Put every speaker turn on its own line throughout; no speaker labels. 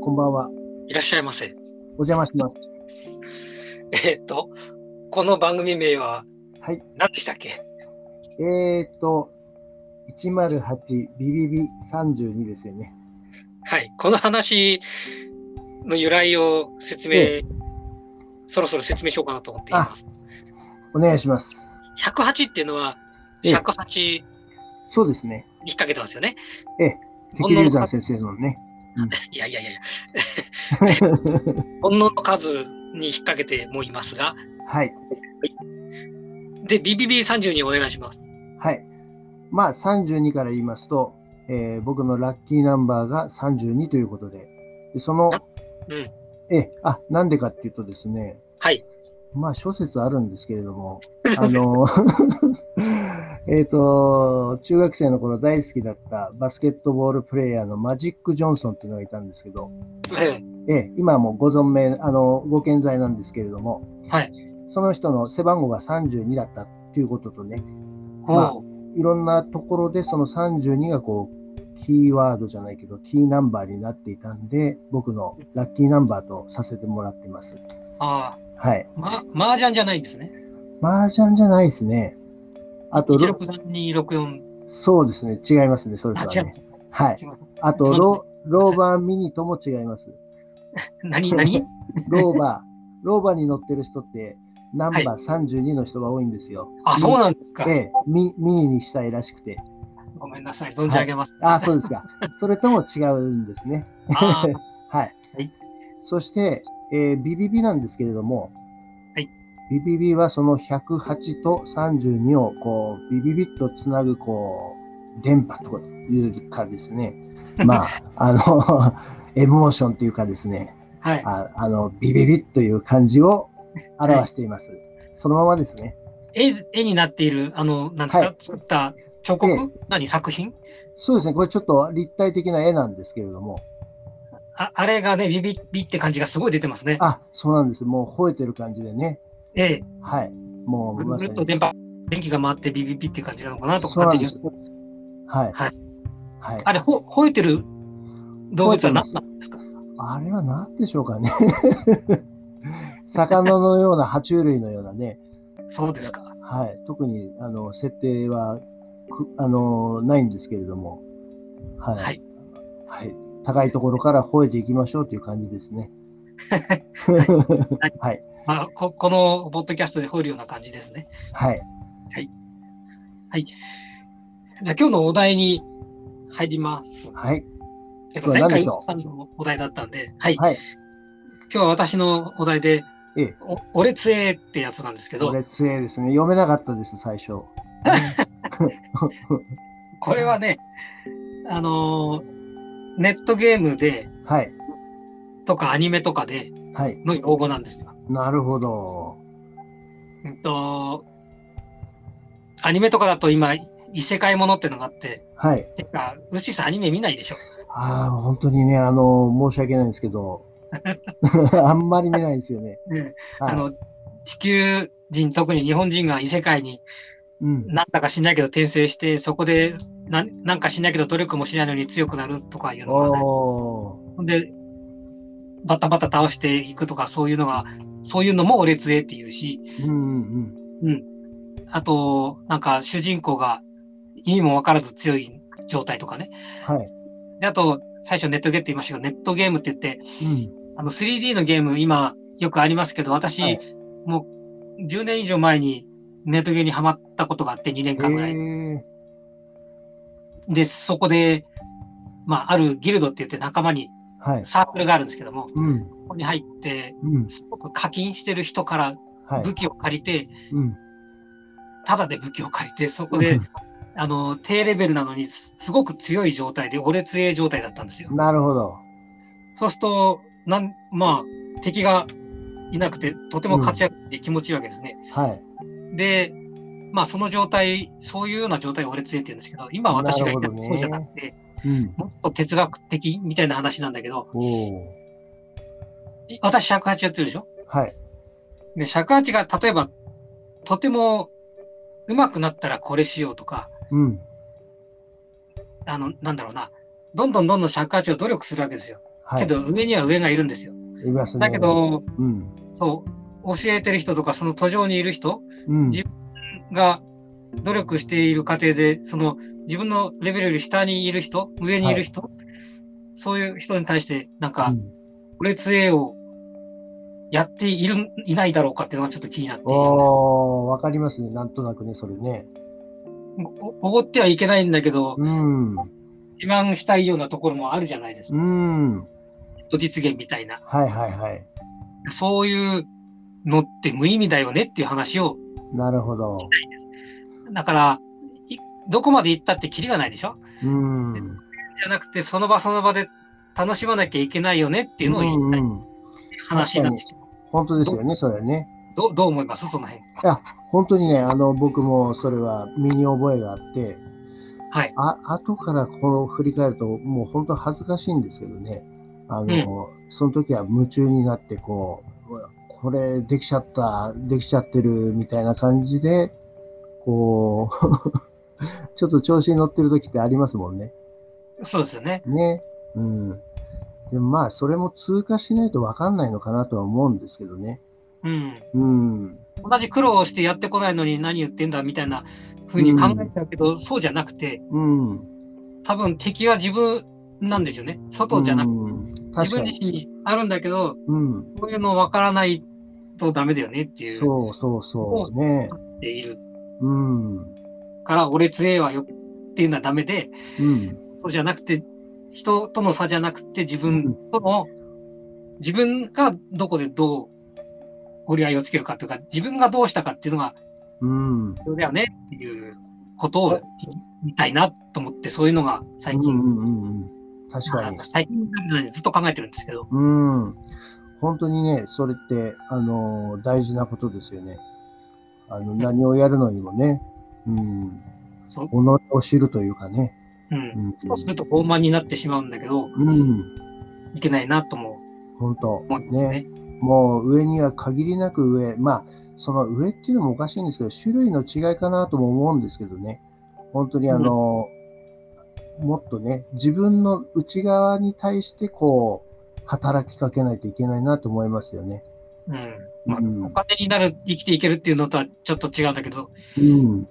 こんばんは。
いらっしゃいませ。
お邪魔します。
えーっと、この番組名は
はい。
何でしたっけ
えー、っと、108ビビビ32ですよね。
はい。この話の由来を説明、
え
そろそろ説明しようかなと思っています。
お願いします。
108っていうのは、
ええ
尺八に
そうですね。
引っ掛けてますよね。
敵流山先生のね。
いやいやいやい や、煩悩の数に引っ掛けてもいますが、
はい。
で、BBB30 にお願いします。
はい。まあ、32から言いますと、えー僕のラッキーナンバーが32ということで、でその
あ、うん
え、あ、なんでかっていうとですね、
はい。
まあ、諸説あるんですけれども、 あの、 えっと、中学生の頃大好きだったバスケットボールプレイヤーのマジック・ジョンソンっていうのがいたんですけど、
え
ええ、今はもうご存命、あの、ご健在なんですけれども、
はい
その人の背番号が32だったっていうこととね、まあ
おう
いろんなところでその32がこう、キーワードじゃないけど、キーナンバーになっていたんで、僕のラッキーナンバーとさせてもらってます。
あ
はい。
あ、ま、麻雀じゃないんですね。
麻雀じゃないですね。あと、ロ
163264。
そうですね。違いますね。それ
あ、
と
違
は
う
ね。。はい。
すいません
あと、ロローバーミニとも違います。
何、 何
ローバー、ローバーに乗ってる人って、ナンバー32の人が多いんですよ。
あ、そうなんですか。
ええミミニにしたいらしくて。
ごめんなさい、存じ上げます。
あ、そうですか。それとも違うんですね。
あ
は
ー
い。
はい
そして、えー、ビビビなんですけれども、
はい
ビビビはその108と32をこうビビビッとつなぐこう電波というかです ね、まあ、あの、エモーションというかですね、
はい。
ああのビビビッという感じを表しています。そのままですね。
絵、絵になっている、あの、なんですか、
はい
作った彫
え
刻何作品
そうですね、これちょっと立体的な絵なんですけれども、
ああれがね、ビビビって感じがすごい出てますね。
あ、そうなんです。もう吠えてる感じでね。
ええ、
はい。も
ぐ
う
る
ま
ぐ
さ
るっと
に。
電波、電気が回ってビビビって感じなのかなと
そう
か
なんで
勝手
す
に。。
はい。
はい
はい。
あれ、ほ、吠えてる動物は
吠えてます
何なんですか
あれは何でしょうかね。 魚のような爬虫類のようなね、
そうですか。
はい、特にあの設定はくあのないんですけれども、はい
はい
はい高いところから吠えていきましょうという感じですね。はい、
まあ、こ、このポッドキャストで吠えるような感じですね。
はい、
はい。じゃあ今日のお題に入ります。
はい、
え
今
っと、
日
前
は何で
回、イ
しょう
さんのお題だったんで、はい。今
はい、
日は私のお題で、
ええ、
お俺つえってやつなんですけど
こ、れ強いですね。読めなかったです、最初。
これはね、あのーネットゲームで、
はい、
とかアニメとかで
はい、
の用語なんですよ。
なるほど。
えっと、アニメとかだと今、異世界ものってのがあって、
はい、
てか、ウッシーさんアニメ見ないでしょ。
ああ、本当にね、あの、申し訳ないんですけ ど、あんまり見ないですよね。はい
あの、地球人、特に日本人が異世界に
うん、
なんだか知んないけど転生して、そこでなんなんか知んないけど努力もしないのに強くなるとかいうのが、ね、
おー
ほんで、バタバタ倒していくとかそういうのが、そういうのも俺つえっていうし、
うんうん
あと、なんか主人公が意味もわからず強い状態とかね。
うん。はい。
で、あと、最初ネットゲーって言いましたけど、ネットゲームって言って、
うん。
あの 3D のゲーム今よくありますけど、私、
はい
もう10年以上前にネットゲーにハマったことがあって2年間ぐらい。
え
で、そこで、まあ、あるギルドって言って仲間に
ー、はい。
サークルがあるんですけども、
うん。
ここに入って、
うん。
すごく課金してる人から
はい
武。器を借りて、
うん。
ただで武器を借りて、そこで、あの、低レベルなのにす、すごく強い状態で、俺強い状態だったんですよ。
なるほど。
そうすると、なん、まあ、敵がいなくて、とても活躍で気持ちいいわけですね。
はい。
で、まあ、その状態、そういうような状態を俺強いって言うんですけど、今私が言った
なるほどね
そうじゃなくて、
うん。
もっと哲学的みたいな話なんだけど、
おー
い私尺八やってるでしょ
はい。
で、尺八が例えば、とても上手くなったらこれしようとか、
うん。
あの、なんだろうな、どんどんどんどん尺八を努力するわけですよ。
は
け
い。
ど上には上がいるんですよ。
いますね。
だけ、ど、
うん。
そう、教えてる人とか、その途上にいる人
うん。
じが努力している過程で、その自分のレベルより下にいる人、上にいる人、そういう人に対して、なんか、
うん
俺杖をやっている、いないだろうかっていうのがちょっと気になっているんです。
おー、わかりますね。なんとなくね、それね。
おおごってはいけないんだけど、
うん。
自慢したいようなところもあるじゃないですか。
うん。
実現みたいな。
はいはいはい。
そういうのって無意味だよねっていう話を。
なるほど。
だから、いどこまで行ったってキリがないでしょ
うん。
別じゃなくて、その場その場で楽しまなきゃいけないよねっていうのを言いたい
うんうん
話なんですよ。
本当ですよね、それね。
どどう思いますその辺。
いや、本当にね、あの、僕もそれは身に覚えがあって、
はい。
あ、後からこの振り返ると、もう本当恥ずかしいんですけどね。あの、その時は夢中になって、こう、うわこれできちゃった、できちゃってるみたいな感じで、こう、 ちょっと調子に乗ってる時ってありますもんね。
そうですよね。
ね。うん。でもまあ、それも通過しないとわかんないのかなとは思うんですけどね。
うん。
うん。
同じ苦労をしてやってこないのに何言ってんだみたいな風に考えちゃうけど、そうじゃなくて、
うん。
多分敵は自分なんですよね。外じゃなくて。
うん
自
確か
分
に
自身にあるんだけど、
うん。
こういうの分からないとダメだよねっていう、
そうそうそう。ね。
っている
うん。う
から、俺強えわよっていうのはダメで、
ん。
そうじゃなくて、人との差じゃなくて、自分との、自分がどこでどう折り合いをつけるかというか、自分がどうしたかっていうのが、
うん。
それだよねっていうことを言いたいなと思って、そういうのが最近、
うんうんうん。確かに
あ。最近だけどねずっと考えてるんですけど、
うん。本当にね、それって、あのー大事なことですよね。あの、何をやるのにもね。うん。
そう
己を知るというかね。
うん、
うん。
そうすると傲慢になってしまうんだけど、
うん。
いけないなとも
本当。
思いますね。
もう上には限りなく上、まあ、その上っていうのもおかしいんですけど、種類の違いかなとも思うんですけどね、本当にあの、もっとね、自分の内側に対してこう、働きかけないといけないなと思いますよね。
うん。まあ、
うん
お金になる、生きていけるっていうのとはちょっと違うんだけど、
うん。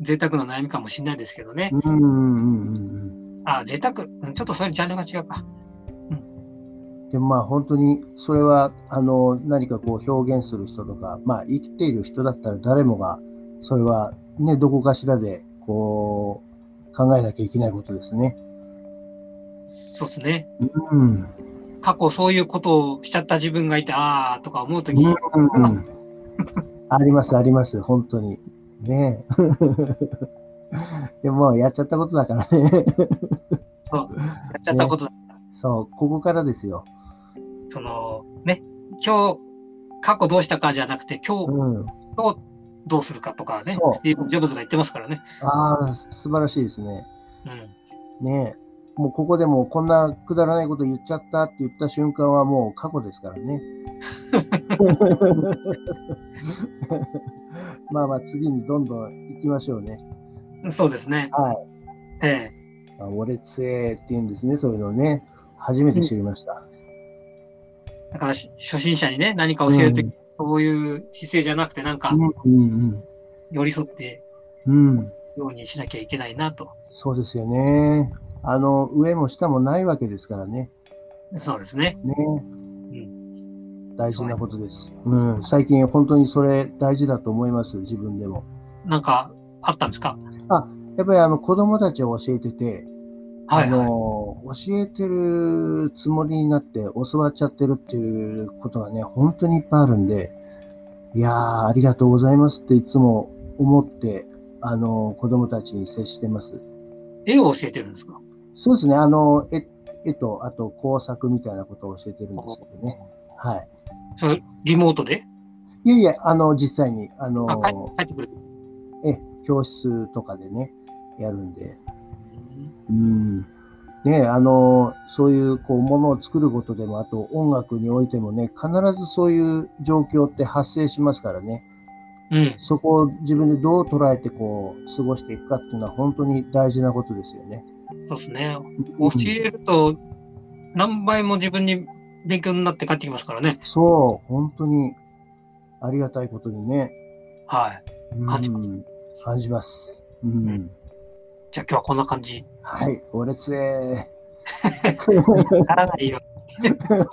贅沢な悩みかもしれないですけどね
う。んうんうんうん
あ、贅沢。うんちょっとそれジャンルが違うか。
うん。でもまあ本当に、それは、あの、何かこう表現する人とか、まあ生きている人だったら誰もが、それはね、どこかしらで、こう、考えなきゃいけないことですね。
そうですね。
うん。
過去そういうことをしちゃった自分がいて、ああ、とか思うとき、
うんうんあります、あります、本当に。ね え。でも、やっちゃったことだからね。
そう、やっちゃったことだ。
そう、ここからですよ。
その、ね、今日、過去どうしたかじゃなくて、今日、
うん。
今日どうするかとかね
そう、
スティーブン・ジョブズが言ってますからね。
ああ、素晴らしいですね。
うん。
ねえ。もうここでもうこんなくだらないこと言っちゃったって言った瞬間はもう過去ですから ね。まあまあ次にどんどん行きましょうね。
そうですね。
は
え
い。あ俺強えって言うんですね、そういうのね。初めて知りました。
えだからし、初心者にね、何か教えるとき、
うん
そういう姿勢じゃなくて、なんか、
うん
寄り添って
うん。うん。
ようにしなきゃいけないなと。
そうですよね。あの、上も下もないわけですからね。
そうですね。
ね。大事な
そう
ことです。うん。最近本当にそれ大事だと思います、自分でも。
なんか、あったんですか
やっぱりあの子供たちを教えてて、
は
あ
い、はい。
の、教えてるつもりになって教わっちゃってるっていうことがね、本当にいっぱいあるんで、いやー、ありがとうございますっていつも思って、あの、子供たちに接してます。
絵を教えてるんですか
そうですね。あの、絵絵と、あと工作みたいなことを教えてるんですけどね。はい。
それ、リモートで
いやいや、あの、実際に、あの
あ、帰帰ってくる。
え、教室とかでね、やるんで。うん。ねあの、そういう、こう、ものを作ることでも、あと音楽においてもね、必ずそういう状況って発生しますからね。
うん。
そこを自分でどう捉えて、こう、過ごしていくかっていうのは、本当に大事なことですよね。
そうですね。
うん
教えると、何倍も自分に勉強になって帰ってきますからね。
そう、本当にありがたいことにね。
はい。
うん
感じます。
感じます。うん。
うんじゃあ今日はこんな 感じ。
はい、俺つ え
ならないように。
ー。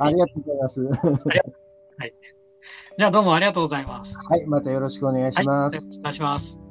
ありがとうございます。
じゃあどうもありがとうございます。
はい、またよろしくお願いします。
はい、お願いします。